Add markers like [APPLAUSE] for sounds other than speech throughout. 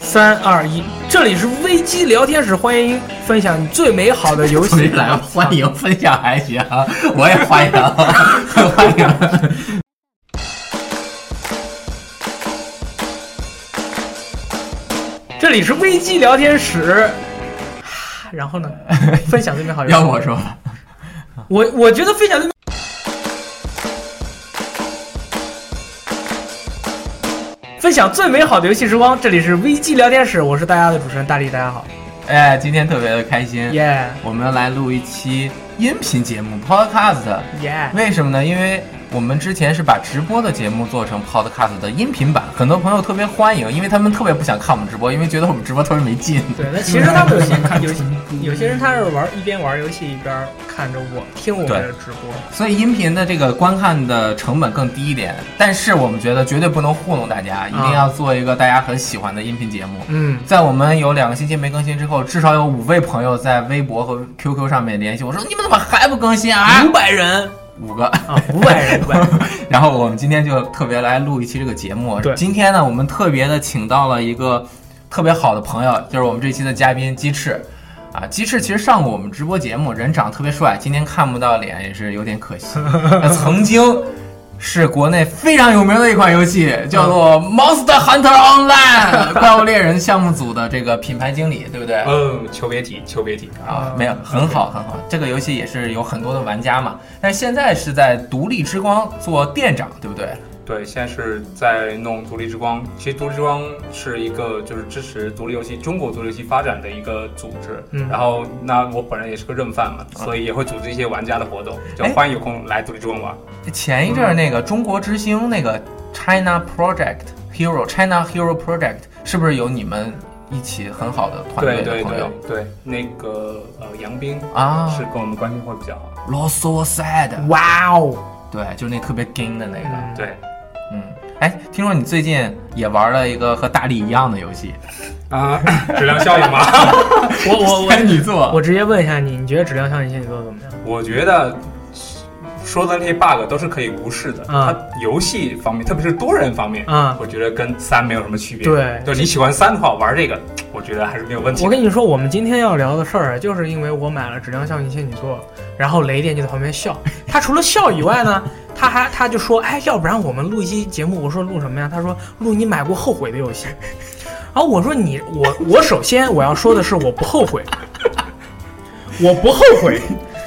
三二一，这里是危机聊天室，欢迎分享你最美好的 [LAUGHS] 游没戏。来欢迎分享还行，我也欢迎， [LAUGHS] 欢迎。这里是危机聊天室， [SIGHS] 然后呢，分享最美好游戏 [LAUGHS] 要。我说吧，我我觉得分享最美分享最美好的游戏时光，这里是危机聊天室，我是大家的主持人大力，大家好，哎，今天特别的开心，耶我们来录一期音频节目 Podcast。耶，为什么呢？因为我们之前是把直播的节目做成 Podcast 的音频版，很多朋友特别欢迎，因为他们特别不想看我们直播，因为觉得我们直播特别没劲。对，那其实他们有些 [LAUGHS] 有些有些人他是玩一边玩游戏一边看着我听我们的直播，所以音频的这个观看的成本更低一点，但是我们觉得绝对不能糊弄大家，一定要做一个大家很喜欢的音频节目。嗯，在我们有两个星期没更新之后，至少有五位朋友在微博和 QQ 上面联系我说：“你们怎么还不更新啊五百人？”五个。 [LAUGHS] 啊，五百人，五百人，然后我们今天就特别来录一期这个节目。对今天呢，我们特别的请到了一个特别好的朋友，就是我们这期的嘉宾鸡翅。啊，鸡翅其实上过我们直播节目，人长得特别帅，今天看不到脸也是有点可惜。那曾经是国内非常有名的一款游戏，叫做《Monster Hunter Online》怪物猎人项目组的这个品牌经理，对不对？嗯，求别提，求别提啊，没有，很好，很好。这个游戏也是有很多的玩家嘛，但是现在是在独立之光做店长，对不对？对，现在是在弄独立之光。其实独立之光是一个就是支持独立游戏中国独立游戏发展的一个组织。嗯然后那我本人也是个任饭嘛，所以也会组织一些玩家的活动，就哎欢迎有空来独立之光玩。前一阵儿那个中国之星那个 China Project Hero China Hero Project 是不是有你们一起很好的团队对的对朋对友对，那个呃杨斌啊是跟我们关系会比较好。 ？Lo So Sad，哇哦，对，就是那特别 gay 的那个，嗯对，嗯。哎，听说你最近也玩了一个和大力一样的游戏，啊，质量效应嘛。 [LAUGHS] 我我 [LAUGHS] 我仙女座。我直接问一下你，你觉得质量效应仙女座怎么样？我觉得说的那些 bug 都是可以无视嗯的。啊它游戏方面，特别是多人方面，啊我觉得跟三没有什么区别。对就你喜欢三的话，玩这个，我觉得还是没有问题我的。跟你说，我们今天要聊的事儿啊，就是因为我买了《质量效应仙女座》，然后雷电就在旁边笑。他除了笑以外呢，他还他就说，哎，要不然我们录一期节目？我说录什么呀？他说录你买过后悔的游戏。然后我说你我我首先我要说的是我不后悔，我不后悔。 [LAUGHS]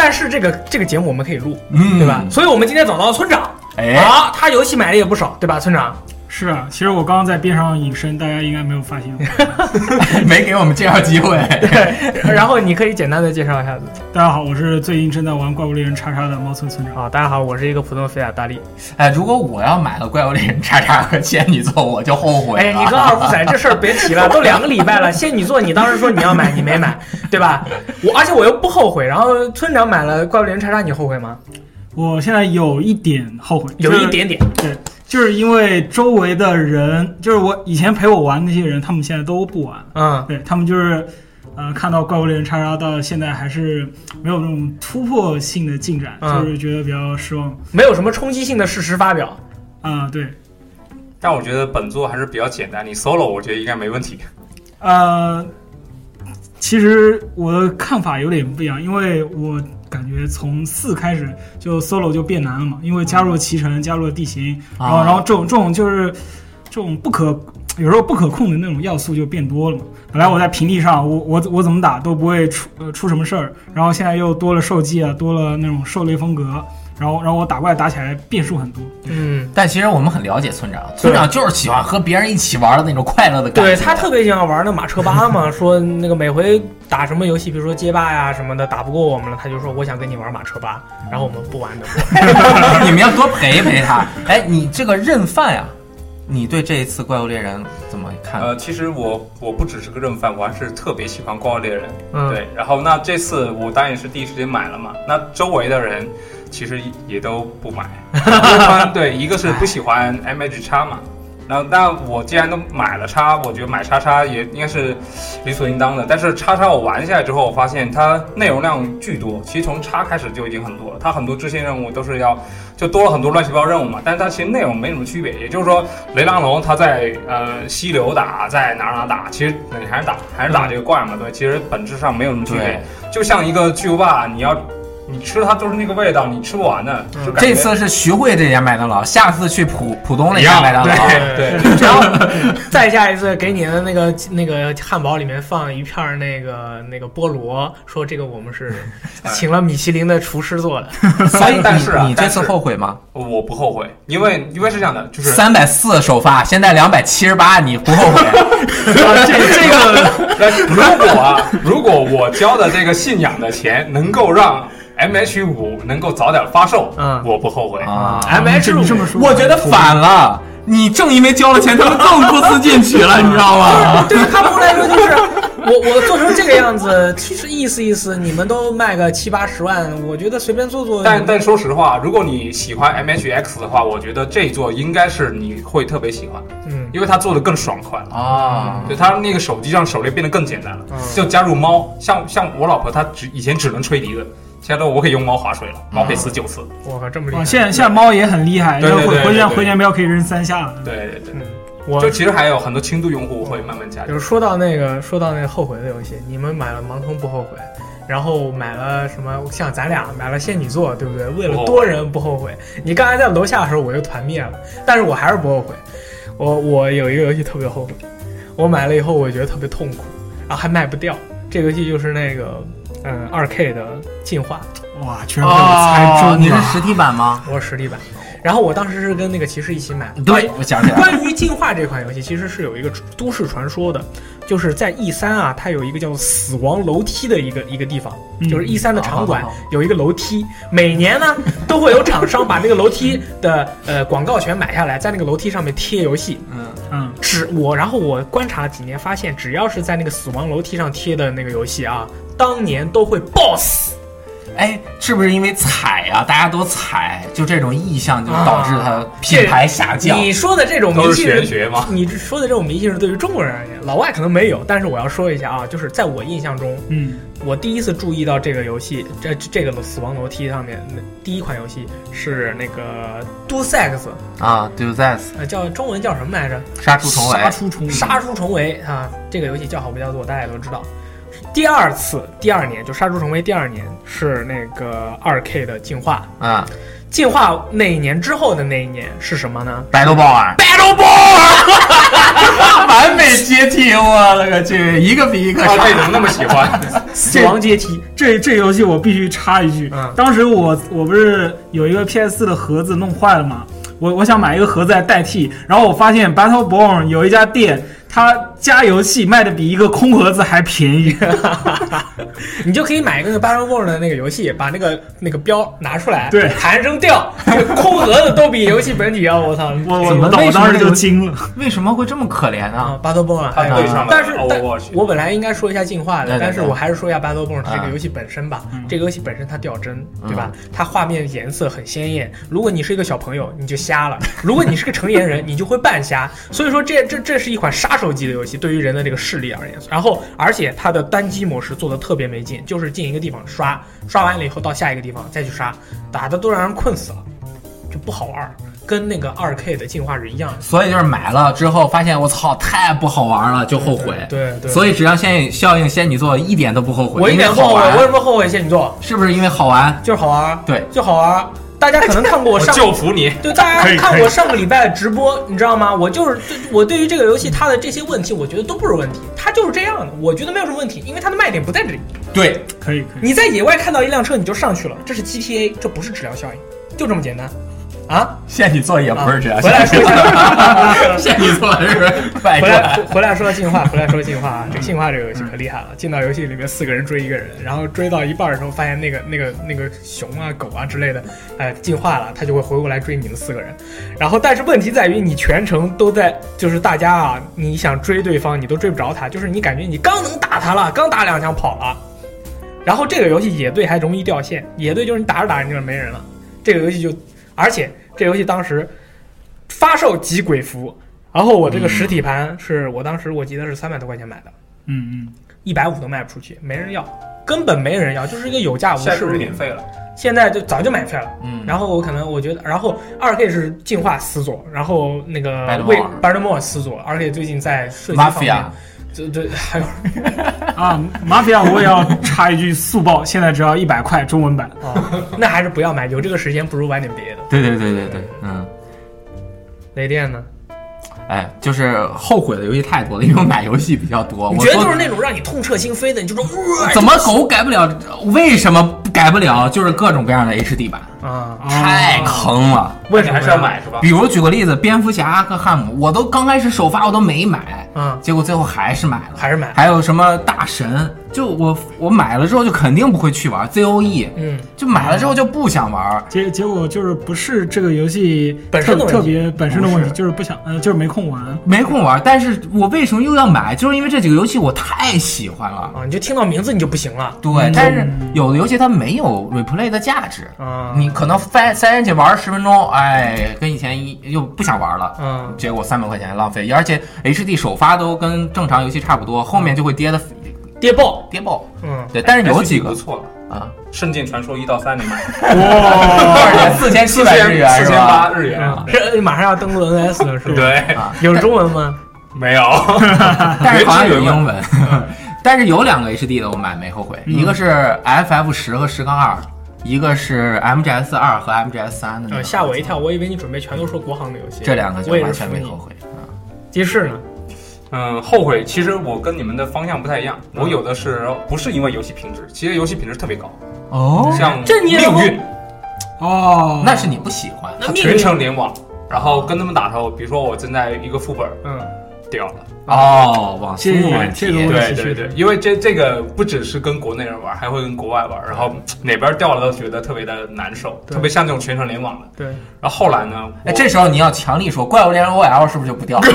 但是这个这个节目我们可以录，嗯对吧？所以我们今天找到了村长，哎，啊，他游戏买的也不少，对吧？村长， [LAUGHS] 是啊，其实我刚刚在边上隐身，大家应该没有发 [LAUGHS] 现我。没给我们介绍机会。对。然后你可以简单的介绍一下自己。大家好，我是最近正在玩《怪物猎人叉叉》的猫村村长。好，大家好，我是一个普通的飞亚大力。哎，如果我要买了《怪物猎人叉叉》和仙女座，我就啊后悔了。哎，你跟二五仔这事儿别提了，都两个礼拜了。仙女座，你当时说你要买，你没买，对吧？我而且我又不后悔。然后村长买了怪物猎人叉叉，你后悔吗？我现在有一点后悔，有就是一，点点。对，就是因为周围的人，就是我以前陪我玩那些人，他们现在都不玩，嗯，对他们就是，呃，看到《怪物猎人叉叉》到现在还是没有那种突破性的进展，嗯就是觉得比较失望。没有什么冲击性的事实发表。啊、对，但我觉得本作还是比较简单，你 solo 我觉得应该没问题。呃，其实我的看法有点不一样，因为我感觉从四开始就 solo 就变难了嘛，因为加入了骑乘，加入了地形，然后啊然后这种这种就是这种不可有时候不可控的那种要素就变多了嘛。本来我在平地上，我我我怎么打都不会出呃出什么事儿，然后现在又多了兽技啊，多了那种兽类风格，然后然后我打怪打起来变数很多。嗯，但其实我们很了解村长，村长就是喜欢和别人一起玩的那种快乐的感对觉。他特别喜欢玩那马车吧嘛， [LAUGHS] 说那个每回打什么游戏，比如说街霸呀什么的，打不过我们了，他就说我想跟你玩马车吧，然后我们不玩的。 [LAUGHS] 你们要多陪陪他。哎，你这个认饭呀、你对这一次《怪物猎人》怎么嗯看？呃，其实我我不只是个任饭，我还是特别喜欢《怪物猎人》嗯对，然后那这次我当然也是第一时间买了嘛。那周围的人 [LAUGHS] 其实也都不买，一个是对，一个是不喜欢 M H 叉嘛，然后，那我既然都买了叉，我觉得买叉叉也应该是理所应当的。但是叉叉我玩下来之后，我发现它内容量巨多。其实从叉开始就已经很多了，它很多支线任务都是要就多了很多乱七八糟任务嘛。但是它其实内容没什么区别。也就是说，雷拉龙它在呃溪流打，在哪儿哪儿打，其实你还是打还是打这个怪嘛，对，其实本质上没有什么区别嗯对。，就像一个巨无霸，你要你吃它都是那个味道，你吃不完的。就感嗯觉这次是徐汇这家麦当劳，下次去浦浦东那一家样麦当劳。对对。啊 [LAUGHS] 然后再下一次给你的那个那个汉堡里面放一片儿那个那个菠萝，说这个我们 [LAUGHS] 是哎请了米其林的厨师做的。所以 [LAUGHS] 但是啊你你这但次是后悔吗？我不后悔，因为因为是这样的，就是三百四首发，现在两百七十八，你不后悔？ [LAUGHS] 这个，那如果啊， [LAUGHS] 如果我交的这个信仰的钱能够让 M H 五能够早点发售，嗯我不后悔。啊， M 你 H 这五你这么说，我觉得反了。你正因为交了钱，他们更不思进取了，你知道吗？对于他们来说就是，我我做成这个样子，其实意思意思，你们都卖个七八十万，我觉得随便做做。但但说实话，如果你喜欢 M H X 的话，我觉得这一座应该是你会特别喜欢，嗯，因为它做的更爽快了。 [LAUGHS] 啊对它那个手机上手雷变得更简单了嗯，就加入猫，像像我老婆她只以前只能吹笛子，现在都我可以用猫划水了，猫可以死九次。我靠，这么厉啊，害！现在现在猫也很厉害，对对对回对回旋对回旋镖可以扔三下了。对对对，嗯，我就其实还有很多轻度用户会慢慢加就是说到那个说到那个后悔的游戏，你们买了盲坑不后悔，然后买了什么像咱俩买了仙女座，对不对？为了多人不后悔。你刚才在楼下的时候我就团灭了，但是我还是不后悔。我我有一个游戏特别后悔，我买了以后我觉得特别痛苦，然后还卖不掉。这个游戏就是那个嗯二 K 的进化，哇，居然被我啊猜中了！你是实体版吗？我是实力版。然后我当时是跟那个骑士一起买的，对，我想起来了，关于进化这款游戏，其实是有一个都市传说的，就是在 E 三啊，它有一个叫死亡楼梯的一个一个地方，嗯就是 E 三的场馆好好好有一个楼梯，每年呢都会有厂商把那个楼梯的呃广告权买下来，在那个楼梯上面贴游戏。嗯，嗯，只我，然后我观察了几年，发现只要是在那个死亡楼梯上贴的那个游戏啊，当年都会爆死。哎，是不是因为踩啊？大家都踩，就这种意向就导致它品牌下降。你说的这种都迷是信玄学嘛。你说的这种迷信是对于中国人而言，老外可能没有，但是我要说一下啊，就是在我印象中，嗯，我第一次注意到这个游戏，这这个死亡楼梯上面那第一款游戏是那个 Do Sex，啊，Do This 呃，叫中文叫什么来着？杀出重围杀，出重围，杀出重围啊！这个游戏叫好不叫座，大家也都知道。第二次，第二年就杀出重围，第二年是那个二 K 的进化，嗯，进化那一年之后的那一年是什么呢？白头豹啊，Battle [LAUGHS] Ball，完美接替，我勒个去，一个比一个啊，这怎差么。那么喜欢？死亡阶梯。这这游戏我必须插一句，嗯当时我我不是有一个 PS 4的盒子弄坏了嘛，我我想买一个盒子来代替，然后我发现 Battleborn 有一家店，它加油器卖的比一个空盒子还便宜， [LAUGHS] 你就可以买一个那个 Battle World 的那个游戏，把那个那个标拿出来，对弹扔掉，这个空盒子都比游戏本体要，我操！我怎我么我当为我什么当时这个就惊了，为什么会这么可怜呢？啊，巴多蹦啊，它还有对上了但是但 Overwatch 我本来应该说一下进化对的，对对但是我还是说一下巴多蹦它这啊嗯个游戏本身吧嗯。这个游戏本身它掉帧，对吧？它画面颜色很鲜艳。如果你是一个小朋友，你就瞎了；如果你是个成年人，你就会半瞎。所以说这这这是一款杀手级的游戏，对于人的这个视力而言。然后而且它的单机模式做的特别没劲，就是进一个地方刷，刷完了以后到下一个地方再去刷，打的都让人困死了，就不好玩儿。跟那个二 K 的进化是一样的。所以就是买了之后发现我操太不好玩了，就后悔。对对。所以质量效应效应仙女座一点都不后悔，我一因为点不后好悔，玩我为什么后悔仙女座？是不是因为好玩？就是好玩儿，对，就好玩儿。大家可能看过 [LAUGHS] 我我上，就服你。对大可以家看可我以上个礼拜的直播，你知道吗？我就是对我对于这个游戏它的这些问题，我觉得都不是问题，它就是这样的，我觉得没有什么问题，因为它的卖点不在这里。对，可以可以，你在野外看到一辆车你就上去了，这是 GTA，这不是质量效应，就这么简单。啊，仙女座也不是质量回来说效一下。 [LAUGHS] 应，仙女座是 [LAUGHS] 反回过来来。回来说进化，回来说进化啊！这进化这个游戏可厉害了，进到游戏里面四个人追一个人，然后追到一半的时候发现那个那个那个熊啊狗啊之类的，呃，进化了，它就会回过来追你们四个人。然后但是问题在于你全程都在，就是大家啊，你想追对方你都追不着他，就是你感觉你刚能打他了，刚打两枪跑了。然后这个游戏野队还容易掉线，野队就是你打着打着你就没人了，这个游戏就，而且这游戏当时发售即鬼服，然后我这个实嗯体盘是我当时我记得是三百多块钱买的，嗯嗯，一百五都卖不出去，没人要，根本没人要，就是一个有价无现在市是不的东是西免。费了？现在就早就买票了。嗯，然后我可能我觉得，然后二 K 是进化四座，然后那个 Battle 为 Mall b a r d m o r e 四座，而且最近在设计方 Mafia 面，对对，还有啊，马菲亚我也要插一句速报，现在只要一百块中文版。哦，那还是不要买，有这个时间不如玩点别的。 [LAUGHS] 对对对对对，嗯，雷电呢？哎，就是后悔的游戏太多了，因为我买游戏比较多，你我觉得说就是那种让你痛彻心扉的，你就 [LAUGHS] 说呃怎么狗改不了，为什么改不了？就是各种各样的 HD 版，啊？太坑了。为什你么还是要？买是吧？比如举个例子，蝙蝠侠和汉姆，我都刚开始首发我都没买，嗯，结果最后还是买了。还是买。还有什么大神？就我我买了之后就肯定不会去玩 ZOE，嗯，E 就买了之后就不想玩。结结果就是不是这个游戏本身的特问题特别本身的问不题，是就是不想，呃，就是没空玩。没空玩，但是我为什么又要买？就是因为这几个游戏我太喜欢了。啊，你就听到名字你就不行了嗯对，但是有的游戏它没有 replay 的价值，啊。你可能翻塞进去玩十分钟，哎，跟以前一又不想玩了。嗯，结果三百块钱浪费，而且 HD 首发都跟正常游戏差不多，后面就会跌的跌爆。跌爆。嗯，对，但是有几个不错了，啊， 《圣剑传说》一到三你买， [LAUGHS] 二千四千七四百日千元四是千吧？嗯八日元，啊嗯 [LAUGHS] 是马上要登陆 NS 了，是吧？， [LAUGHS] 对，有中文 [LAUGHS] 吗？没有， [LAUGHS] 但是好像有英文。 [LAUGHS] 但是有两个 HD 的我买没后悔，嗯一个是 FF 十和十杠二，一个是 MGS 二和 MGS 三的那呃，个。吓我一跳，我以为你准备全都说国行的游戏。这两个就我也完是全服没你后。悔。啊鸡翅呢？嗯，后悔。其实我跟你们的方向不太一样，我有的是不是因为游戏品质？其实游戏品质特别高， [LAUGHS] 哦像这你也能命运，哦，那是你不喜欢。那命全运程联网，然后跟他们打头，比如说我正在一个副本嗯，掉了，哦，网速这问这个题问。对题对是对，因为这这个不只是跟国内人玩，还会跟国外玩，然后哪边掉了都觉得特别的难受，对特别像这种全程联网的。对，然后后来呢，哎，我这时候你要强力说，怪物猎人 OL 是不是就不掉？ [LAUGHS]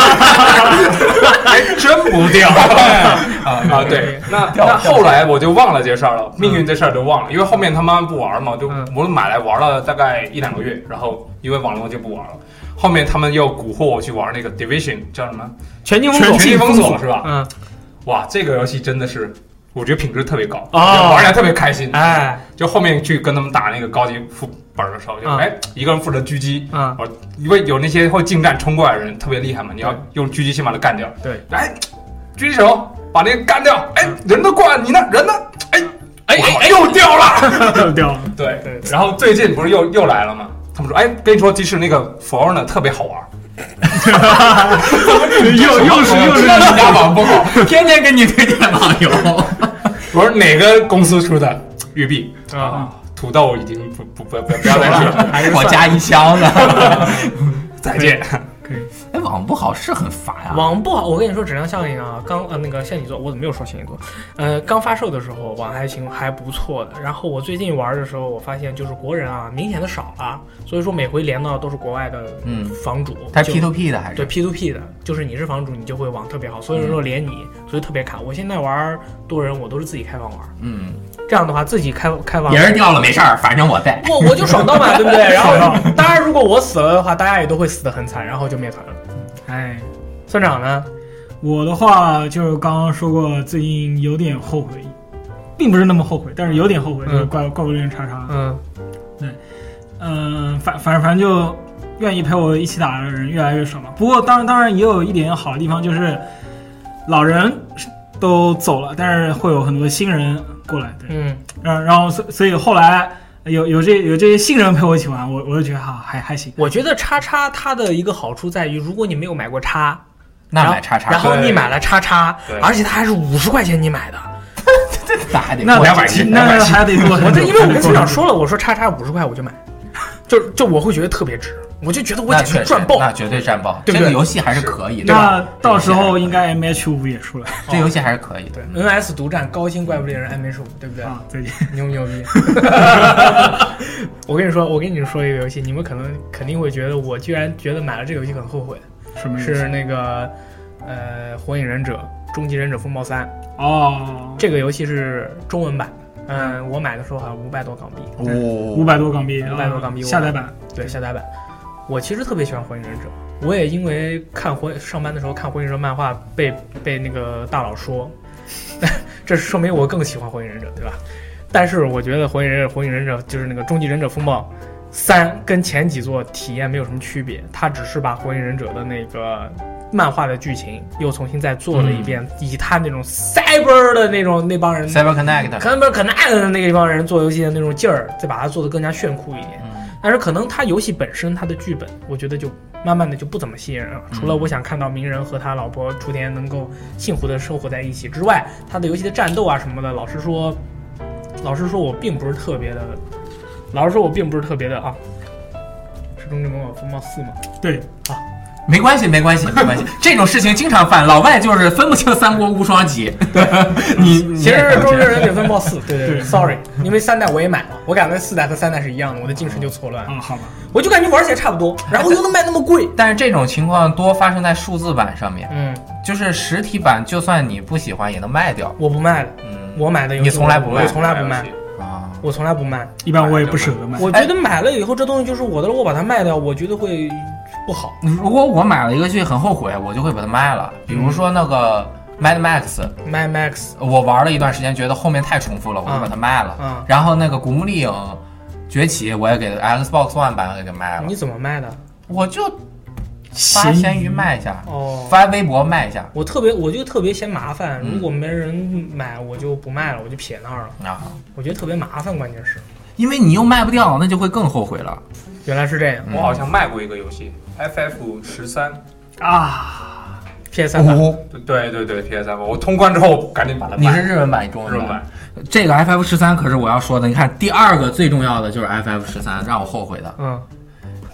还哎真不掉哎 [LAUGHS] 啊！对，那那后来我就忘了这事儿了，命运这事儿就忘了，因为后面他妈不玩嘛，就嗯我买来玩了大概一两个月，然后因为网络就不玩了。后面他们又蛊惑我去玩那个 Division，叫什么？全境封全锁。境封锁是吧？嗯，哇，这个游戏真的是，我觉得品质特别高，哦玩起来特别开心。哎，就后面去跟他们打那个高级副本的时候，就嗯哎，一个人负责狙击，嗯，哦，因为有那些会近战冲过来的人特别厉害嘛，你要用狙击先把他干掉。对，哎，狙击手把那个干掉，哎，人都过来，你呢？人呢？哎哎哎哎，又掉 [LAUGHS] 了。掉掉了。对对然后最近不是又又来了吗？他们说，哎，跟你说，即使那个 For 呢特别好玩，哦又又是又 [LAUGHS] 是那你家网不好，天天给你推荐网游。我说哪个公司出的？育碧啊，土豆已经不不不不不要再提了， [LAUGHS] 我家一箱的。 [LAUGHS] [LAUGHS] 再见。哎，网不好是很烦啊。网不好，我跟你说质量效应啊，刚呃那个仙女座，我怎么又说仙女座？呃，刚发售的时候网还行，还不错的。然后我最近玩的时候，我发现就是国人啊，明显的少了，所以说每回连到都是国外的嗯房主，它就 P to P 的还对是？ P to P 的，就是你是房主，你就会网特别好，所以嗯说连你，所以特别卡。我现在玩多人，我都是自己开房玩，嗯，这样的话自己开开房别。人掉了没事儿，反正我在。我我就爽到嘛，对不对？然后 [LAUGHS] 当然，如果我死了的话，大家也都会死得很惨，然后就灭团了。哎，村长呢？我的话就是刚刚说过，最近有点后悔，并不是那么后悔，但是有点后悔，嗯就是怪怪物猎人叉叉。嗯嗯，反反正反正就愿意陪我一起打的人越来越少了。不过当然当然也有一点好的地方，就是老人都走了，但是会有很多新人过来。对，嗯，然然后所所以后来有有这有这些新人陪我一起玩，我我就觉得哈、还还行。我觉得叉叉它的一个好处在于，如果你没有买过叉，那然买叉叉，然后对你买了叉叉对，而且它还是五十块钱你 [LAUGHS] 买的。那还得那过两百几七年那那还得多，我这因为我跟村村长，说了，我说叉叉五十块我就买，就就我会觉得特别值，我就觉得我那简直确实赚爆。那绝对赚爆。对这不对个游戏还是可以的，那到时候应该 M H 五也出来这游戏还是可以的对。，NS 独占高清怪物猎人 M H 五，对不对？啊，再见。牛不牛 [LAUGHS] 逼？我跟你说，我跟你们说一个游戏，你们可能肯定会觉得我居然觉得买了这个游戏很后悔，什么意思是那个呃《火影忍者》《终极忍者风暴三》哦，这个游戏是中文版的。嗯，我买的时候好像五百多港币，哦五百多港币，啊500多港币下载版。对下载版。我其实特别喜欢《火影忍者》，我也因为看火上班的时候看火影忍者漫画被被那个大佬说， [LAUGHS] 这说明我更喜欢火影忍者，对吧？但是我觉得火影忍者火影忍者就是那个终极忍者风暴三跟前几座体验没有什么区别，它只是把火影忍者的那个。漫画的剧情又重新再做了一遍，以他那种 cyber 的那种那帮人 Cyber Connect，根本可能爱的那一帮人做游戏的那种劲儿，再把它做得更加炫酷一点。嗯，但是可能它游戏本身它的剧本，我觉得就慢慢的就不怎么吸引人了。除了嗯我想看到鸣人和他老婆雏田能够幸福的生活在一起之外，他的游戏的战斗啊什么的，老实说，老实说我并不是特别的，老实说我并不是特别的啊。是终极魔法风暴四吗？对，没关系，没关系，没关系，这种事情经常犯。老外就是分不清三国无双几， [LAUGHS] 你你其实是《终极忍者风暴 [LAUGHS] 四》，对对对对，sorry，因为三代我也买了，我感觉四代和三代是一样的，我的精神就错乱了，嗯，好吧，我就感觉玩起来差不多，然后又能卖那么贵，但是这种情况多发生在数字版上面，嗯，就是实体版，就算你不喜欢也能卖掉。我不卖的，嗯我买的游戏你从来不卖我从来不卖游戏，啊，我从来不卖，一般我也不舍得买。我觉得买了以后这东西就是我的了，我把它卖掉，我觉得会不好。如果我买了一个剧很后悔，我就会把它卖了。比如说那个 Mad Max， My Max，我玩了一段时间，觉得后面太重复了，我就把它卖了。嗯，然后那个《古墓丽影崛起》，我也给 Xbox One 版也给卖了你，怎么卖的？我就发咸闲鱼卖一下，哦。发微博卖一下我特别，我就特别嫌麻烦，嗯如果没人买，我就不卖了，我就撇那儿了。啊，我觉得特别麻烦，关键是因为你又卖不掉，那就会更后悔了。原来是这样。嗯我好像卖过一个游戏，FF 十三，啊， PS 三版，哦，对对对，PS 三，我通关之后赶紧把它你卖是日文版，中日文文版版。。这个 FF 十三可是我要说的，你看第二个最重要的就是 FF 十三，让我后悔的。嗯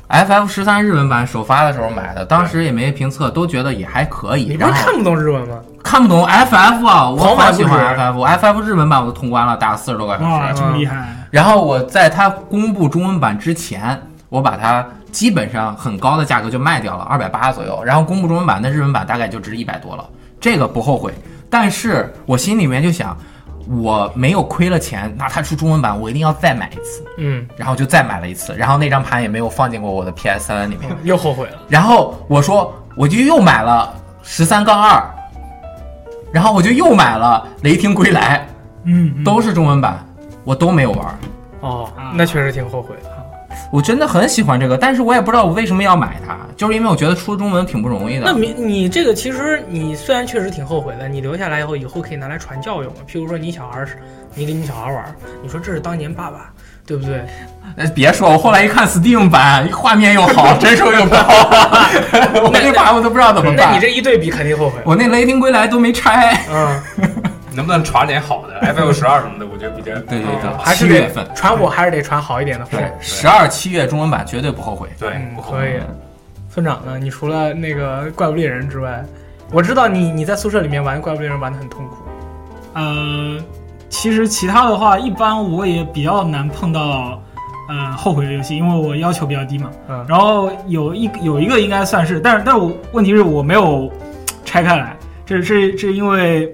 FF 十三日文版首发的时候买的，当时也没评测，都觉得也还可以。你不是然后看不懂日文吗？看不懂 FF 啊，我狂买好不喜止欢 FF，FF 日文版我都通关了，打了四十多个小啊哇，时。这么厉害！然后我在它公布中文版之前，我把它基本上很高的价格就卖掉了，二百八左右。然后公布中文版的日文版大概就值一百多了，这个不后悔。但是我心里面就想，我没有亏了钱，那它出中文版我一定要再买一次，嗯，然后就再买了一次，然后那张盘也没有放进过我的 PS 3里面。 [LAUGHS] 又后悔了。然后我说我就又买了十三杠二，然后我就又买了《雷霆归来嗯，嗯》，都是中文版，我都没有玩儿。哦啊，那确实挺后悔的。我真的很喜欢这个，但是我也不知道我为什么要买它，就是因为我觉得出中文挺不容易那的。你你这个其实你虽然确实挺后悔的，你留下来以后，以后可以拿来传教用嘛。譬如说你小孩儿是，你给你小孩玩儿，你说这是当年爸爸，对不对？呃别说，我后来一看 Steam 版，画面又 [LAUGHS] 好，帧数又高，我那版我都不知道怎 [LAUGHS] 那么你办。这一对比肯定后悔。我那《雷霆归来》都没拆。嗯，能不能传点好 [LAUGHS] 的 FF 十二什么的？我觉得比较对对对，还哦是七月份得，传火，还是得传好一点的火。对，十二七月中文版绝对不后悔。对，嗯，不可以。村长呢？你除了那个怪物猎人之外，我知道你你在宿舍里面玩怪物猎人玩的很痛苦。呃，其实其他的话，一般我也比较难碰到，呃，后悔的游戏，因为我要求比较低嘛。嗯，然后有一有一个应该算是，但是但是我问题是我没有拆开来，这这这因为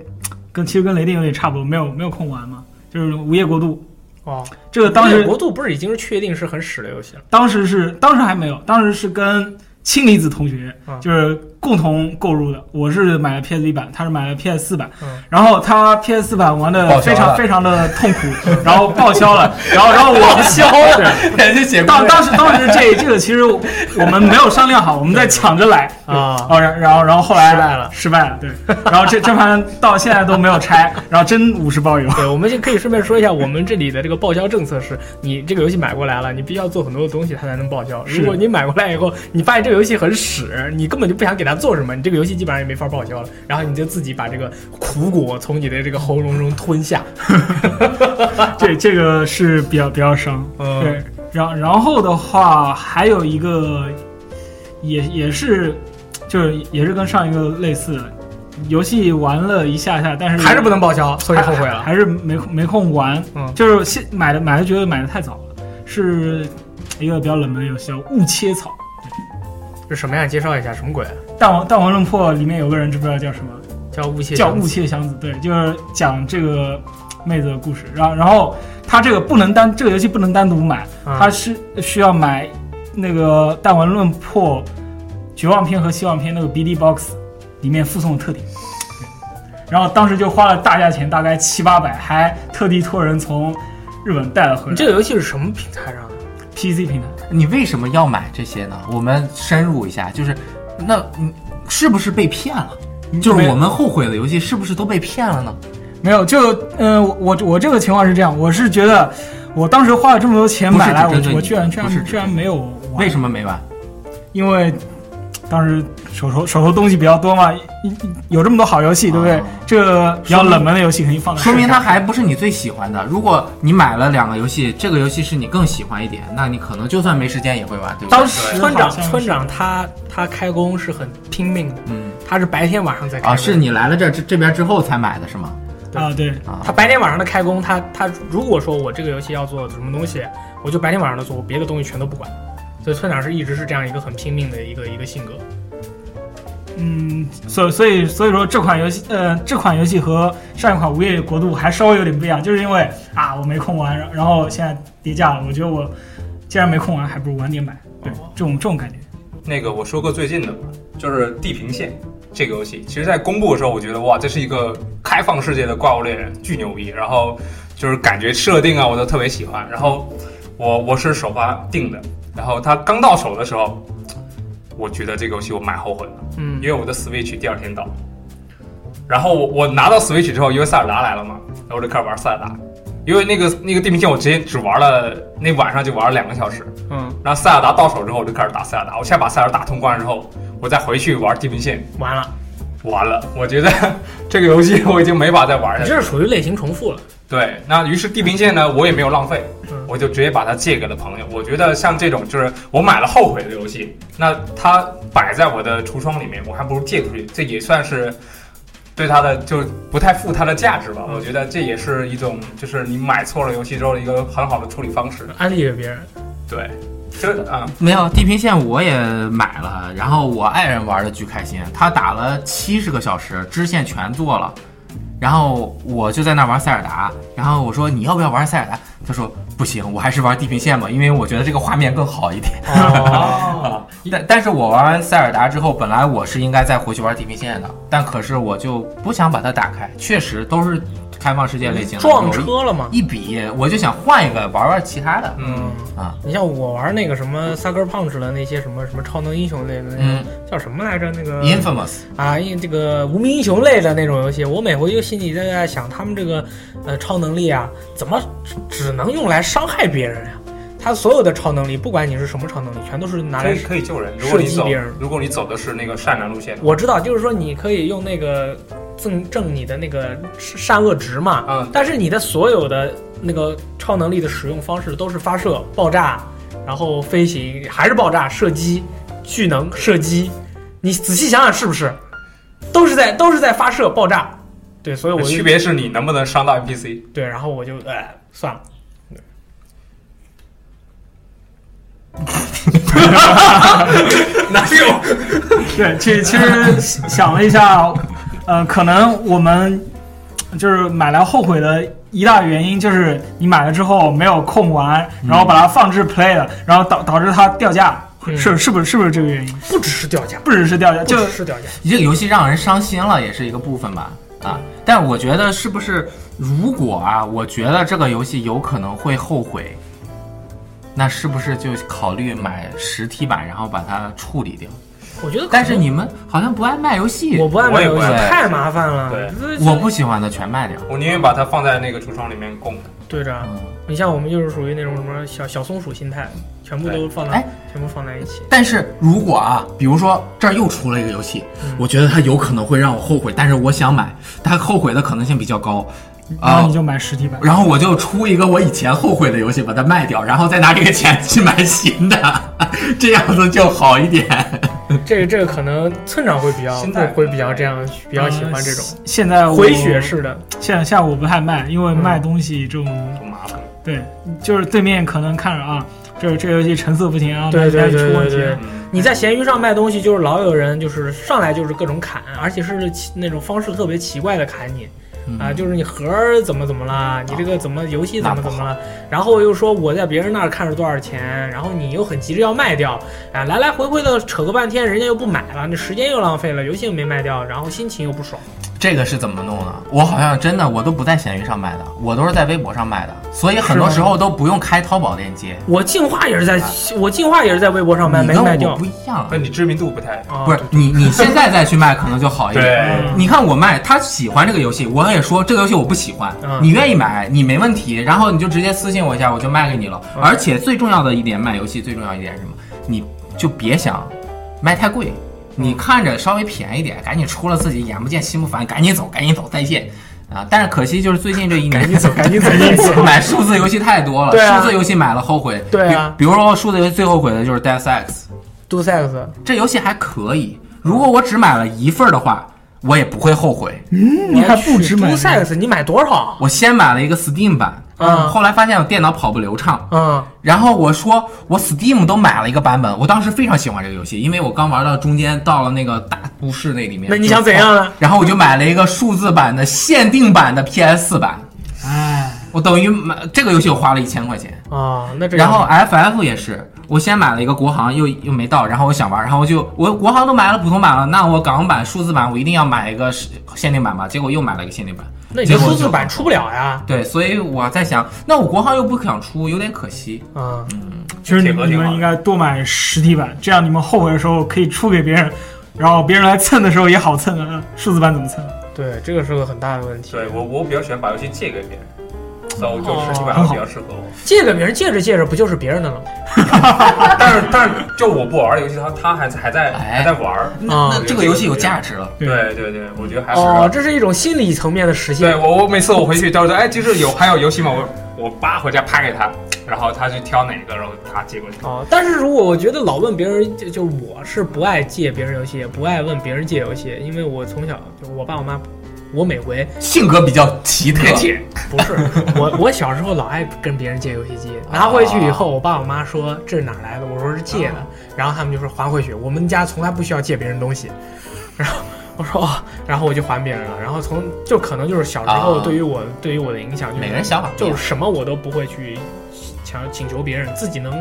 跟其实跟雷电有点差不多，没有没有空玩嘛，就是无业国度。哦，这个当猎时国度不是已经是确定是很屎的游戏了？当时是当时还没有，当时是跟氢离子同学、嗯就是共同购入的。我是买了 PS 一版，他是买了 PS 四版。嗯然后他 PS 四版玩报销的非了常非常的痛苦， [LAUGHS] 然后报销了，然后然后我报销了。 [LAUGHS] 人家写当当时当时这这个其实我们没有商量好，我们在抢着来啊哦，然然后然后后来失败了失败了，对。然后这这盘到现在都没有拆，然后真五十 [LAUGHS] 包邮。对，我们就可以顺便说一下，我们这里的这个报销政策是，你这个游戏买过来了，你必须要做很多东西它才能报销。是如果你买过来以后，你发现这个游戏很屎，你根本就不想给它做什么，你这个游戏基本上也没法报销了。然后你就自己把这个苦果从你的这个喉咙中吞下。这这个是比较比较伤。嗯，对，然然后的话，还有一个也也是，就是也是跟上一个类似的，游戏玩了一下下，但是还是不能报销，所以还后悔了。还是没空没空玩。嗯就是现买的买的觉得买的太早了，是一个比较冷门的游戏叫《雾切草是什么呀？介绍一下，什么鬼？》。啊弹王弹王论破里面有个人知不知道叫什么？叫雾气，叫雾切祥子，对，就是讲这个妹子的故事。然后然后他这个不能单这个游戏不能单独买，嗯它是需要买那个《弹丸论破》绝望篇》和《希望篇》那个 BD Box 里面附送的特点。然后当时就花了大价钱，大概七八百，还特地托人从日本带了回你来。这个游戏是什么平台上的？ PC 平台，你为什么要买这些呢？我们深入一下，就是那嗯是不是被骗了？就是没我们后悔的游戏是不是都被骗了呢？没有，就嗯、呃，我我我这个情况是这样，我是觉得我当时花了这么多钱不是买来，只针对我我你居然居不是然只居然针对没有玩，为什么没玩？因为当时手头手头东西比较多嘛，一一有这么多好游戏，对不对？啊这个比较冷门的游戏肯定放在说明它它还不是你最喜欢的。如果你买了两个游戏，这个游戏是你更喜欢一点，那你可能就算没时间也会玩，对不对？当时村长好像是村长他他开工是很拼命的，嗯他是白天晚上在开工。啊，是你来了这这这边之后才买的是吗？啊，对，啊他，白天晚上的开工，他他如果说我这个游戏要做什么东西，我就白天晚上的做，我别的东西全都不管。所以村长是一直是这样一个很拼命的一个一个性格。嗯，所所以所以说这款游戏，呃，这款游戏和上一款《无业国度》还稍微有点不一样，就是因为啊，我没空玩，然然后现在跌价了，我觉得我既然没空玩，还不如晚点买，对，哦这种这种感觉。那个我说个最近的吧，就是《地平线》这个游戏。其实，在公布的时候，我觉得哇，这是一个开放世界的怪物猎人，巨牛逼。然后就是感觉设定啊，我都特别喜欢。然后嗯我我是首发定的，然后它刚到手的时候，我觉得这个游戏我蛮后悔的，嗯因为我的 Switch 第二天到。然后我我拿到 Switch 之后，因为塞尔达来了嘛，然后我就开始玩塞尔达。因为那个那个地平线，我直接只玩了那晚上就玩了两个小时，嗯，然后塞尔达到手之后，我就开始打塞尔达。我先把塞尔达打通关之后，我再回去玩地平线，完了，完了，我觉得 [LAUGHS] 这个游戏我已经没法再玩你下去。这是属于类型重复了。对，那于是地平线呢，我也没有浪费嗯，我就直接把它借给了朋友。我觉得像这种就是我买了后悔的游戏，那它摆在我的橱窗里面，我还不如借出去，这也算是。对它的就不太付它的价值吧，我觉得这也是一种，就是你买错了游戏之后的一个很好的处理方式。安利给别人，对，就是啊，没有地平线我也买了，然后我爱人玩的巨开心，他打了七十个小时，支线全做了，然后我就在那玩塞尔达，然后我说你要不要玩塞尔达？他说不行，我还是玩地平线吧，因为我觉得这个画面更好 [LAUGHS] 一点。哦，但但是我玩完塞尔达之后，本来我是应该再回去玩地平线的，但可是我就不想把它打开，确实都是开放世界类型的，撞有车了吗？一比，我就想换一个玩玩其他的嗯，啊，你像我玩那个什么《萨克胖 c 的那些什么什么超能英雄类的那嗯种，叫什么来着？那个 Infamous。啊，因这个无名英雄类的那种游戏，我每回就心里在在想，他们这个呃超能力啊，怎么只只能用来伤害别人呀、他所有的超能力，不管你是什么超能力，全都是拿可来以。可以救人。如果你射击走别人，如果你走的是那个善良路线，我知道，就是说你可以用那个正正你的那个善恶值嘛，嗯但是你的所有的那个超能力的使用方式都是发射、爆炸，然后飞行，还是爆炸、射击、聚能、射击。你仔细想想是不是，都是在都是在发射、爆炸。对，所以我就区别是你能不能伤到 NPC。对，然后我就哎、算了。哪有？对，其其实想了一下，呃，可能我们就是买来后悔的一大原因就是你买了之后没有空玩，然后把它放置 play 了，然后导导致它掉价，嗯是是不是是不是这个原因？不只是掉价，不只是掉价，就不只是掉价。这个游戏让人伤心了，也是一个部分吧。啊，但我觉得是不是如果啊，我觉得这个游戏有可能会后悔，那是不是就考虑买实体版，然后把它处理掉？我觉得可能，但是你们好像不爱卖游戏，我不爱玩游戏我也不爱太麻烦了。对这我不喜欢的全卖掉。我宁愿把它放在那个橱窗里面供的。对着啊。嗯，你像我们就是属于那种什么小小松鼠心哎态，全部都放在哎全部放在一起。但是如果啊，比如说这儿又出了一个游戏，嗯我觉得它有可能会让我后悔，但是我想买，它后悔的可能性比较高。然啊后你。就买实体版。然后我就出一个我以前后悔的游戏，把它卖掉，然后再拿这个钱去买新的，这样子就好一点。这个这个可能村长会比较心态嗯会会比较这样，比较喜欢这种呃现在我回血，式的。现在现在我不太卖，因为嗯卖东西这种很麻烦。对，就是对面可能看着啊，这这游戏成色不行啊，对对哪里对出问对题了对，你在闲鱼上卖东西，就是老有人就是上来就是各种砍，而且是奇那种方式特别奇怪的砍你。嗯哎啊，就是你盒儿怎么怎么了，你这个怎么游戏怎么怎么了，然后又说我在别人那儿看是多少钱，然后你又很急着要卖掉，啊，来来回回的扯个半天，人家又不买了，那时间又浪费了，游戏又没卖掉，然后心情又不爽。这个是怎么弄呢？我好像真的我都不在闲鱼上买的，我都是在微博上买的，所以很多是吗时候都不用开淘宝链接。我进化也是在，我进化也是在微博上卖，啊你没跟卖我掉不。一样啊那，你知名度不太啊，不是你你现在再去卖可能就哎好一点。对，你看我卖，他喜欢这个游戏，我也说这个游戏我不喜欢，嗯你愿意买你没问题，然后你就直接私信我一下，我就卖给你了。嗯而且最重要的一点，买游戏最重要一点是什么？你就别想卖太贵，嗯你看着稍微便宜点，赶紧出了自己眼不见心不烦，赶紧走，赶紧走，再见。啊！但是可惜就是最近这一年，赶紧走，赶紧走，赶紧走。 [LAUGHS] 买数字游戏太多 [LAUGHS] 了，对啊数字游戏买了后悔。对啊比比如说数字游戏最后悔的就是 Deus Ex， Do sex，这游戏还可以。如果我只买了一份儿的话，我也不会后悔。嗯，你还不止买 Do sex，你买多少？我先买了一个 Steam 版，嗯后来发现我电脑跑不流畅，嗯然后我说我 Steam 都买了一个版本，我当时非常喜欢这个游戏，因为我刚玩到中间到了那个大都市那里面，那你想怎样啊呢？然后我就买了一个数字版的限定版的 PS 版，哎，我等于买这个游戏我花了一千块钱，啊，那这然后 FF 也是。我先买了一个国行，又又没到，然后我想玩，然后我就我国行都买了普通版了，那我港版数字版我一定要买一个是限定版吧，结果又买了一个限定版，那你这结果数字就版出不了呀。对，所以我在想，那我国行又不想出，有点可惜。啊，其实你挺合你挺好们应该多买实体版，这样你们后悔的时候可以出给别人，然后别人来蹭的时候也好蹭啊。数字版怎么蹭？对，这个是个很大的问题。对我我比较喜欢把游戏借给别人，所以我就实体哦版比较适合我。借给别人，借着借着不就是别人的了吗？但是但是就我不玩游戏，他他还还在哎还在玩儿。那、啊那这个游戏有价值了。对对对对，我觉得还是啊哦，这是一种心理层面的实对现。我我每次我回去都是哎，就是有还有游戏吗？我我爸回家拍给他，然后他去挑哪个，然后他借过去。哦，但是如果我觉得老问别人，就就我是不爱借别人游戏，也不爱问别人借游戏，因为我从小就我爸我妈，我每 [LAUGHS] 回性格比较奇特，借，不是我我小时候老爱跟别人借游戏 [LAUGHS] 机，拿回去以后，我爸我妈说这是哪儿来的，我说是借哦的，然后他们就说还回去，我们家从来不需要借别人东西，然后。 [LAUGHS] 我说哦，然后我就还别人了，然后从就可能就是小时候啊对于我、对于我的影响，就是每个人想法不一就样是什么我都不会去强请求别人，自己能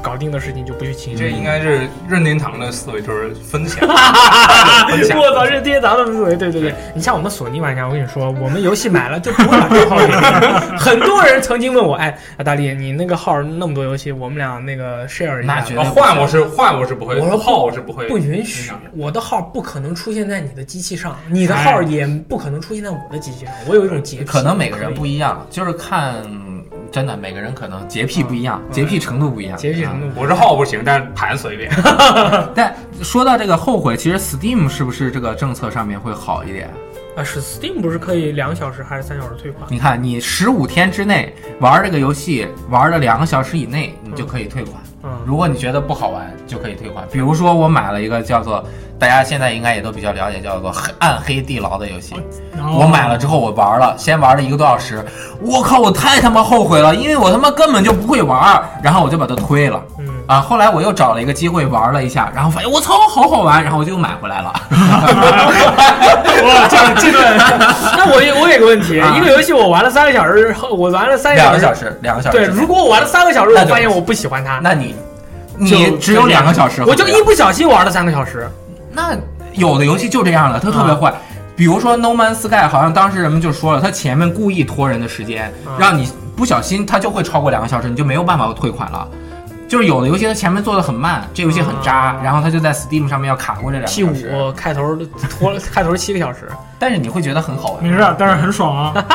搞定的事情就不去请你求这。应该是任天堂的思维，就是分享。分 [LAUGHS] 享我操，这爹砸的思维，对对对，你像我们索尼玩家，我跟你说，我们游戏买了就不会把账号给你。很多人曾经问我，哎，啊大力，你那个号那么多游戏，我们俩那个 share 一那下绝吧。对啊换我是换我是不会，我说不号我是不会，不允许，我的号不可能出现在你的机器上，你的号也不可能出现在我的机器上。我有一种洁癖，可能每个人可不一样，就是看真的每个人可能洁癖不一样，嗯洁癖程度不一样，以洁癖程啊。度。我是号不行，但是盘随便。但说到这个后悔，其实 Steam 是不是这个政策上面会好一点？啊，是 Steam 不是可以两小时还是三小时退款？你看，你十五天之内玩这个游戏玩了两个小时以内，你就可以退款。嗯，如果你觉得不好玩，就可以退款。比如说，我买了一个叫做大家现在应该也都比较了解，叫做黑《暗黑地牢》的游戏。然哦后我买了之后，我玩了，先玩了一个多小时，我靠，我太他妈后悔了，因为我他妈根本就不会玩，然后我就把它推了。嗯，啊，后来我又找了一个机会玩了一下，然后发现我操，好好玩，然后我就又买回来了。 [LAUGHS] 哇，这个这个那我有我有个问题，啊一个游戏我玩了三个小时，后 [LAUGHS] 我玩了三两小个时，小时，两个小时。对，如果我玩了三个小时，那我就发现我不喜欢它，啊那你就你只有两个小时，我就一不小心玩了三个小时。那有的游戏就这样了，它特别嗯坏。比如说《No Man's Sky》，好像当时人们就说了，它前面故意拖人的时间，嗯让你不小心它就会超过两个小时，你就没有办法退款了。就是有的游戏它前面做的很慢，这游戏很渣，嗯然后它就在 Steam 上面要卡过这两个 P 小时，五开头拖了开头七个小时，但是你会觉得很好玩。没事儿，但是很爽啊。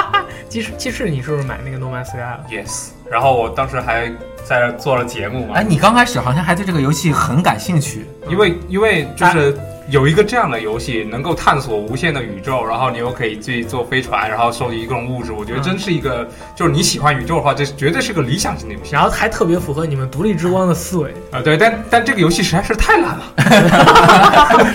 鸡翅鸡翅，你是不是买那个 No Man's Sky 了？ Yes，然后我当时还在这做了节目嘛哎，，你刚开始好像还对这个游戏很感兴趣，因为因为就是有一个这样的游戏，能够探索无限的宇宙，然后你又可以自己坐飞船，然后收集各种物质，我觉得真是一个，就是你喜欢宇宙的话，这绝对是个理想型的游戏然后还特别符合你们独立之光的思维，啊。对，但但这个游戏实在是太烂了，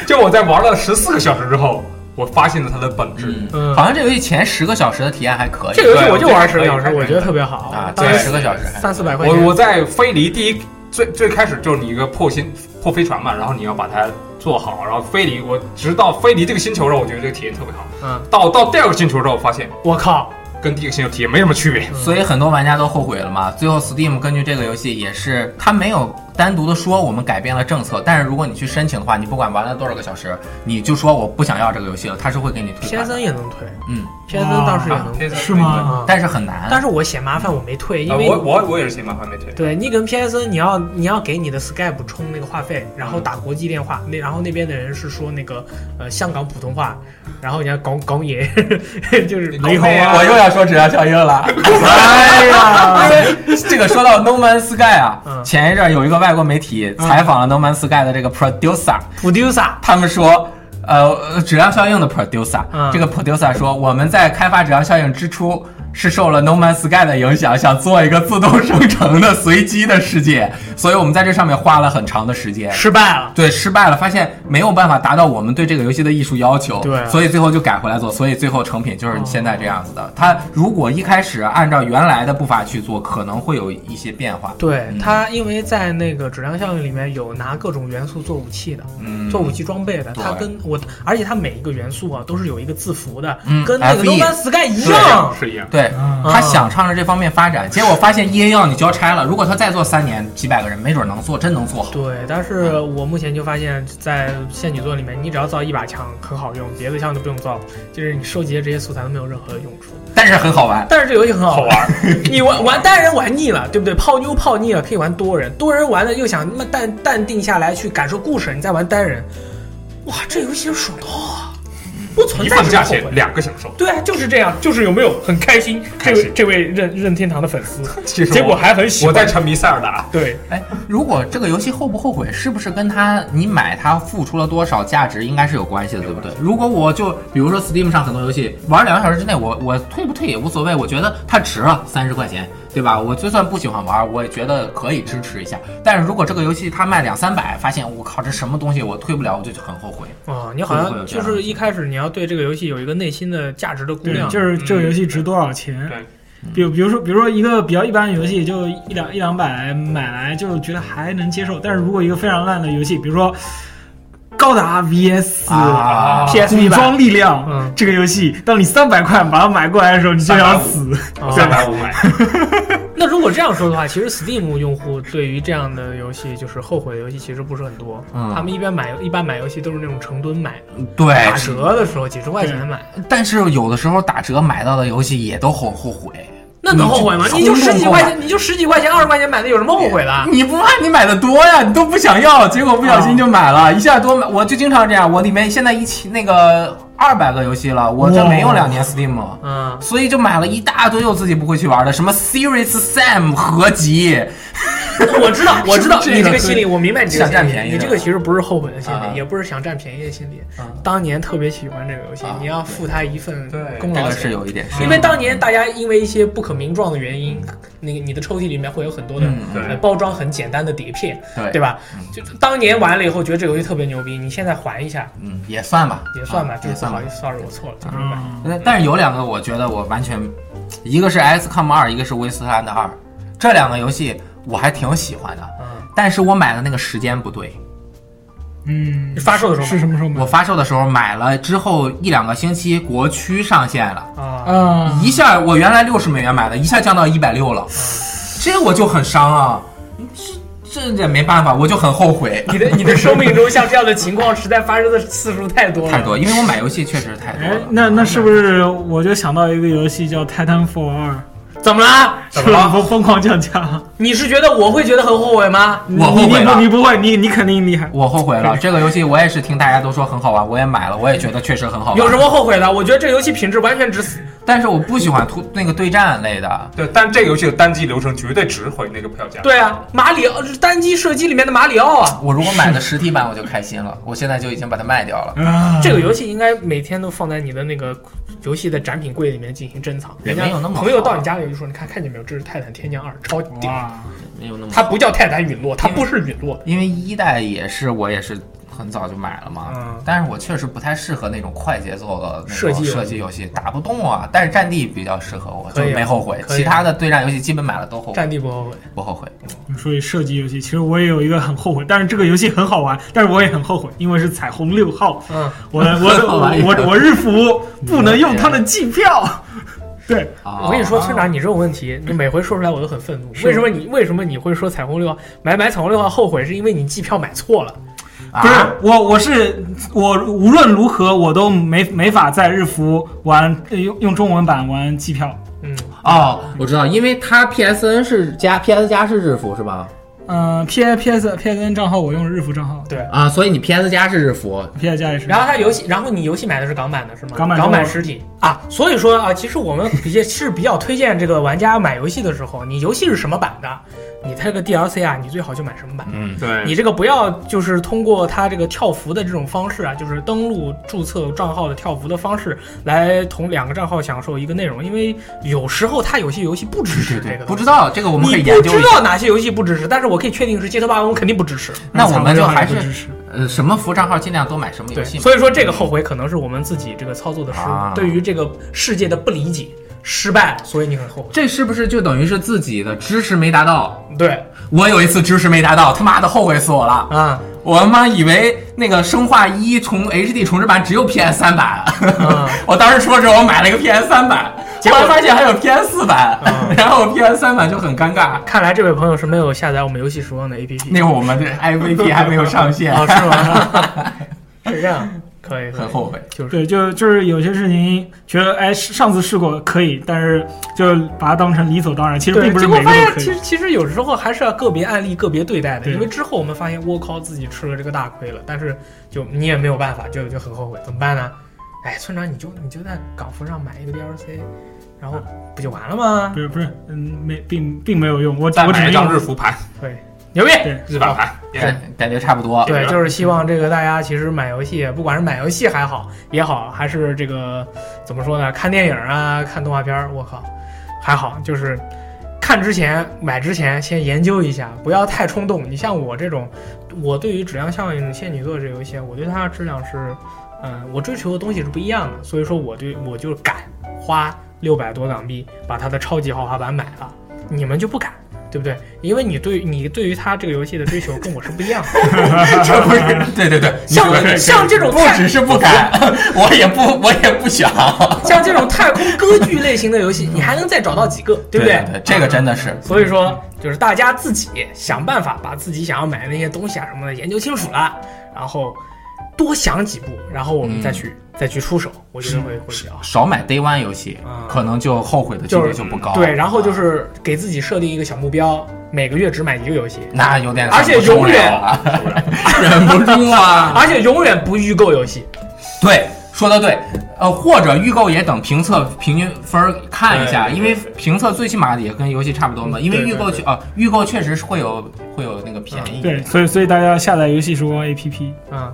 [LAUGHS] 就我在玩了十四个小时之后，我发现了它的本质。嗯好像这游戏前十个小时的体验还可以。这个游戏我就玩对十个小时，我我觉觉得得特特别好啊，当对时十个小时还三四百块钱，我我在飞离第一最最开始就是你一个破星破飞船嘛，然后你要把它做好，然后飞离我，直到飞离这个星球之后，我觉得这个体验特别好。嗯，到到第二个星球之后，发现我靠，跟第一个星球体验没什么区别。所以很多玩家都后悔了嘛。最后 Steam 根据这个游戏也是，它没有单独的说我们改变了政策，但是如果你去申请的话，你不管玩了多少个小时，你就说我不想要这个游戏了，它是会给你退款 PS 的。 3也能退嗯， ，PS 3当时也能退。啊是吗？啊但是很难。但是我嫌麻烦，我没退，因啊呃，为我我我也是嫌麻烦没退。对你跟 PS N，你要你要给你的 Skype 充那个话费，然后嗯打国际电话，那然后那边的人是说那个呃香港普通话，然后你要 [LAUGHS] 搞搞野，就是你搞野啊哎我又要说质量效应 [LAUGHS] 了。哎呀，这个说到 No Man's Sky 啊，嗯前一阵儿有一个外国媒体采访了 No Man's Sky 的这个 producer， producer 他们说。呃，质量效应的 producer，、嗯这个 producer 说，我们在开发质量效应之初是受了 No Man's Sky 的影响，想做一个自动生成的随机的世界，所以我们在这上面花了很长的时间。失败了，对，失败了，发现没有办法达到我们对这个游戏的艺术要求，对所以最后就改回来做，所以最后成品就是现在这样子的。它如果一开始按照原来的步伐去做，可能会有一些变化。对嗯他因为在那个质量效应里面有拿各种元素做武器的，嗯，做武器装备的，对它跟我，而且它每一个元素啊都是有一个字符的，嗯跟那个 FE No Man's Sky 一 E 是一样样，是一样。对啊嗯他想唱着这方面发展，结果发现 EA 要你交差了。如果他再做三年，几百个人，没准能做，真能做好。对，但是我目前就发现，在仙女座里面，你只要造一把枪很好用，别的枪都不用造，就是你收集的这些素材都没有任何用处。但是很好玩。但是这游戏很好好玩，玩儿，你玩玩单人玩腻了，对不对？泡妞泡腻了，可以玩多人，多人玩的又想那么淡淡定下来去感受故事，你再玩单人，哇，这游戏爽到啊！不存一在份什么价后悔钱。两个享受。对啊，就是这样，就是有没有很开心？开心这位任任天堂的粉 [LAUGHS] 丝，其实还很喜我在沉迷塞尔达，对，哎，如果这个游戏后不后悔，是不是跟他你买它付出了多少价值应该是有关系的，对不对？如果我就比如说 Steam 上很多游戏玩两个小时之内，我我退不退也无所谓，我觉得它值了三十块钱，对吧？我就算不喜欢玩，我也觉得可以支持一下。但是如果这个游戏它卖两三百，发现我靠这什么东西我退不了，我就很后悔。哦，你好会不会像有这就样是一开始你要对这个游戏有一个内心的价值的估 [LAUGHS] 对，啊嗯量，就是这个游戏值多少钱？对比如比如说，比如说一个比较一般的游戏，就一两一两百买来就觉得还能接受，但是如果一个非常烂的游戏，比如说高达 VS、啊 PSP 武版装力量、嗯这个游戏，当你三百块把它买过来的时候，你就想死。啊 [LAUGHS] 哦三百五买。那如果这样说的话，其实 Steam 用户对于这样的游戏，就是后悔的游戏，其实不是很多。嗯哎他们一般买一般买游戏都是那种成吨买，对，打折的时候几十块钱买，但是有的时候打折买到的游戏也都很后悔。那能后悔吗？你你就就十几块钱，你就十几块钱、二十块钱买的，有什么后悔的？你不怕你买的多呀？你都不想要，结果不小心就买啊了，一下多买。我就经常这样，我里面现在一起那个二百个游戏了，我这哇没用两年 Steam，嗯，所以就买了一大堆我自己不会去玩的，什么 Series Sam 合集，我知道，我知道是不你是这这个个心理，我明白你这个想占心便宜理。你的这个其实不是后悔的心啊理，也不是想占便宜的心理啊。当年特别喜欢这个游戏啊，你要付他一份对功这劳个钱是。有一点，因为当年大家因为一些不可名状的原因，那个你的抽屉里面会有很多的嗯对呃包装很简单的碟片，对对吧？就当年玩了以后觉得这个游戏特别牛逼，你现在还一下嗯也算吧，也算吧，啊就是也不算吧好啊意。思，sorry，我错了，就是明白。嗯但但是有两个我觉得我完全，一个是 XCOM 二，一个是威斯特兰的二，这两个游戏我还挺喜欢的，嗯，但是我买的那个时间不对。嗯你，发售的时候是什么时候买我？发售的时候买了之后一两个星期，国区上线了，啊，啊，一下我原来六十美元买的，一下降到一百六了，嗯这我就很伤啊，这这也没办法，我就很后悔，你的你的生命中像这样的情况实在发生的次数太多了， [LAUGHS] 太多，因为我买游戏确实太多哎了，。那那是不是我就想到一个游戏叫《Titanfall 二》，怎么啦？是不是疯狂降价？ [LAUGHS] 你是觉得我会觉得很后悔吗？我后悔了你你不你不会，你你肯定厉害。我后悔 [LAUGHS] 了，这个游戏我也是听大家都说很好玩，我也买了，我也觉得确实很好玩。有什么后悔的？我觉得这游戏品质完全值死。但是我不喜欢突那个对战类的，对，但这个游戏的单机流程绝对值回那个票价。对啊，马里奥单机射击里面的马里奥啊，我如果买的实体版我就开心了，我现在就已经把它卖掉了。啊，这个游戏应该每天都放在你的那个游戏的展品柜里面进行珍藏。也人家没有那么好啊朋友到你家里就说：“你看看见没有，这是《泰坦天降二》，超屌！哇，没有那么嗯它不叫泰坦陨落，它不是陨落。因为一代也是我也是很早就买了嘛。嗯，但是我确实不太适合那种快节奏的那射种击游戏射击游戏，打不动啊。但是战地比较适合我，就可以啊没后悔。可以啊其他的对战游戏基本买了都后悔，战地不后悔。不后悔。说起射击游戏，其实我也有一个很后悔，但是这个游戏很好玩，但是我也很后悔，因为是彩虹六号，嗯，我的我的好玩一个我我日服不能用他的季票，对，啊嗯我跟你说，村长，你这种问题，你每回说出来我都很愤怒。嗯是为什么你为什么你会说彩虹六号买买彩虹六号后悔，是因为你机票买错了？啊不是我我是我无论如何我都没没法在日服玩呃用用中文版玩季票，嗯，哦，我知道，因为它 PSN 是加 PS 加是日服是吧？嗯、p I P S P S N 账号我用日服账号对。啊，所以你 PS 加是日服， ，P S 加也是，然后它游戏，然后你游戏买的是港版的是吗？港版港版中实体啊，所以说啊，其实我们比较是比较推荐这个玩家买游戏的时候，你游戏是什么版的，你它这个 DLC 啊，你最好就买什么版。嗯，对，你这个不要就是通过它这个跳服的这种方式啊，就是登录注册账号的跳服的方式来同两个账号享受一个内容，因为有时候它有些游戏不支持这个的。不知道这个我们可你以不研究知一下。道哪些游戏不支持，但是我可以确定是《街头霸王》肯定不支持。那我们就就还不支是持。呃，什么服账号尽量多买什么游对，戏嘛。所以说这个后悔可能是我们自己这个操作的失误，啊对于这个世界的不理解、失败，所以你很后悔。这是不是就等于是自己的知识没达到？对我有一次知识没达到，他妈的后悔死我了！啊，我他妈以为那个《生化一》重 HD 重置版只有 PS 三版，啊 [LAUGHS] 我当时说是我买了一个 PS 三版，结结果果发现还有 PS 四版，嗯然后 PS 三版就很尴尬。看来这位朋友是没有下载我们游戏时光的 [LAUGHS] APP 那会儿我们这 MVP 还没有上线，哦， [LAUGHS] 是啊吗？是这样，可以，可以很后悔。就是对，就就是有些事情觉得哎上次试过可以，但是就把它当成理所当然，其实对，并不是结果每个发都现可以其。实其实有时候还是要个别案例个别对待的，对因为之后我们发现，我靠，自己吃了这个大亏了，但是就你也没有办法，就就很后悔，怎么办呢？哎，村长，你就你就在港服上买一个 DLC，然啊后不就完了吗？不是不是，嗯，没并并没有用，我再我只买能一张日用服盘，对，牛逼！对日版盘，也感感觉差不多。对，就是希望这个大家其实买游戏，不管是买游戏还好也好，还是这个怎么说呢，看电影啊，看动画片儿，我靠，还好，就是看之前买之前先研究一下，不要太冲动。你像我这种，我对于质量效应《仙女座》这游戏，我对它的质量是，嗯，我追求的东西是不一样的，所以说我对我就敢花六百多港币把它的超级豪华版买了，你们就不敢。对不对？因为你对你对于它这个游戏的追求跟我是不一样的。 [LAUGHS] 这不是对对对，你像说的对像这种不太只是不敢， [LAUGHS] 我也不我也不想，像这种太空歌剧类型的游戏，你还能再找到几个，对不啊对这个真的是所以说，就是大家自己想办法把自己想要买的那些东西啊什么的研究清楚了，然后多想几步，然后我们再去、再去出手，我觉得会会比较好。少买 Day One 游戏嗯，可能就后悔的几率就不高。对，然后就是给自己设定一个小目标，每个月只买一个游戏，那有点而且忍不住永远 [LAUGHS] 了啊忍不住啊。而且永远不预购游戏。 [LAUGHS] 对，说的对，呃，或者预购也等评测平均分儿看一下，对对因为评测最起码也跟游戏差不多嘛。因为对对预购对确啊，预购确实是会有会有那个便宜。嗯对，所以所以大家下载游戏时光 A P P，啊、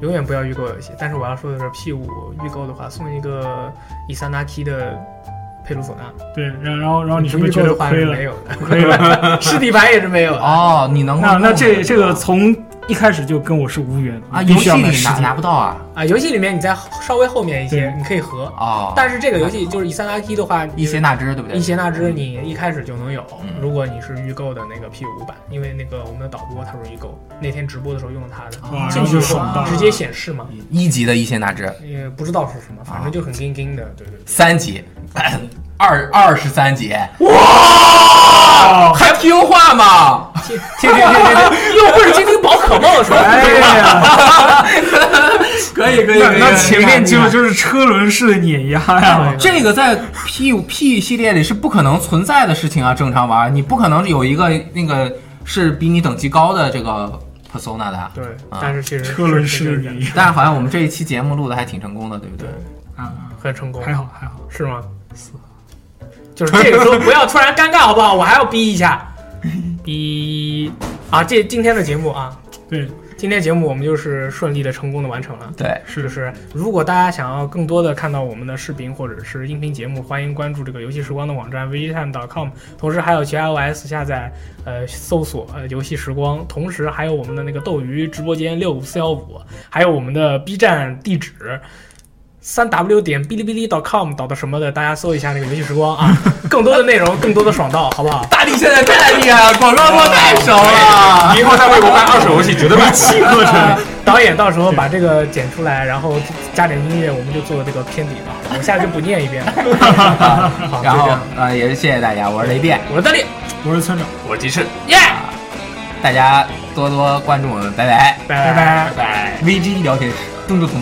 永远不要预购游戏。但是我要说的是，P 五预购的话，送一个伊萨纳基的佩鲁索纳，对，然然后然后你是不预是购觉得的话亏是了没？有的，亏 [LAUGHS] 了。是底牌也是没有的。哦，你能够那那这弄这个从一开始就跟我是无缘啊，必游须戏要买里实拿体拿不到啊。啊，游戏里面你在稍微后面一些对，你可以合。哦，但是这个游戏就是以三拉 T 的话，一些纳支对不对？一些那只你一开始就能有，嗯如果你是预购的那个 P 五版，因为那个我们的导播他说预购，那天直播的时候用了他的，哇，进然后去的就爽到话了直接显示嘛，一级的一些纳支，也不知道是什么，反正就很硬硬的，对对对。三级，二二十三级，哦还听话吗？听听听听，又不是精灵宝可梦是吧？哎呀，可以可以，那可以那前面厉害厉害就就是车轮式的碾压呀！这个在 P P 系列里是不可能存在的事情啊！正常玩儿，你不可能有一个那个是比你等级高的这个 persona 的。对，啊但是其实车轮是式的是碾是压但是好像我们这一期节目录的还挺成功的，对不对？啊，很成功，还好还好，是吗？就是这个时候不要突然尴尬，好不好？我还要逼一下，逼啊！这今天的节目啊，对，今天节目我们就是顺利的成功的完成了。对，是的，是。如果大家想要更多的看到我们的视频或者是音频节目，欢迎关注这个游戏时光的网站 vgtime.com，同时还有其他 OS 下载，呃，搜索呃游戏时光，同时还有我们的那个斗鱼直播间六五四幺五，还有我们的 B 站地址。三 w 点哔哩哔哩 .com 导的什么的，大家搜一下那个游戏时光 [LAUGHS] 啊，更多的内容，更多的爽到，好不好？大力现在太厉害了，广告做太熟 [LAUGHS] 了。以后再为我办二手游戏，绝对卖气呵成。导演到时候把这个剪出来，然后加点音乐，我们就做这个片底了。我下来就不念一 [LAUGHS] 遍了。好，就然这后样。呃，也是谢谢大家，我是雷电，我是大力，我是村长。我是鸡翅，耶，大家多多关注我们，拜拜。拜拜。拜拜。 VG 聊天室，动作同。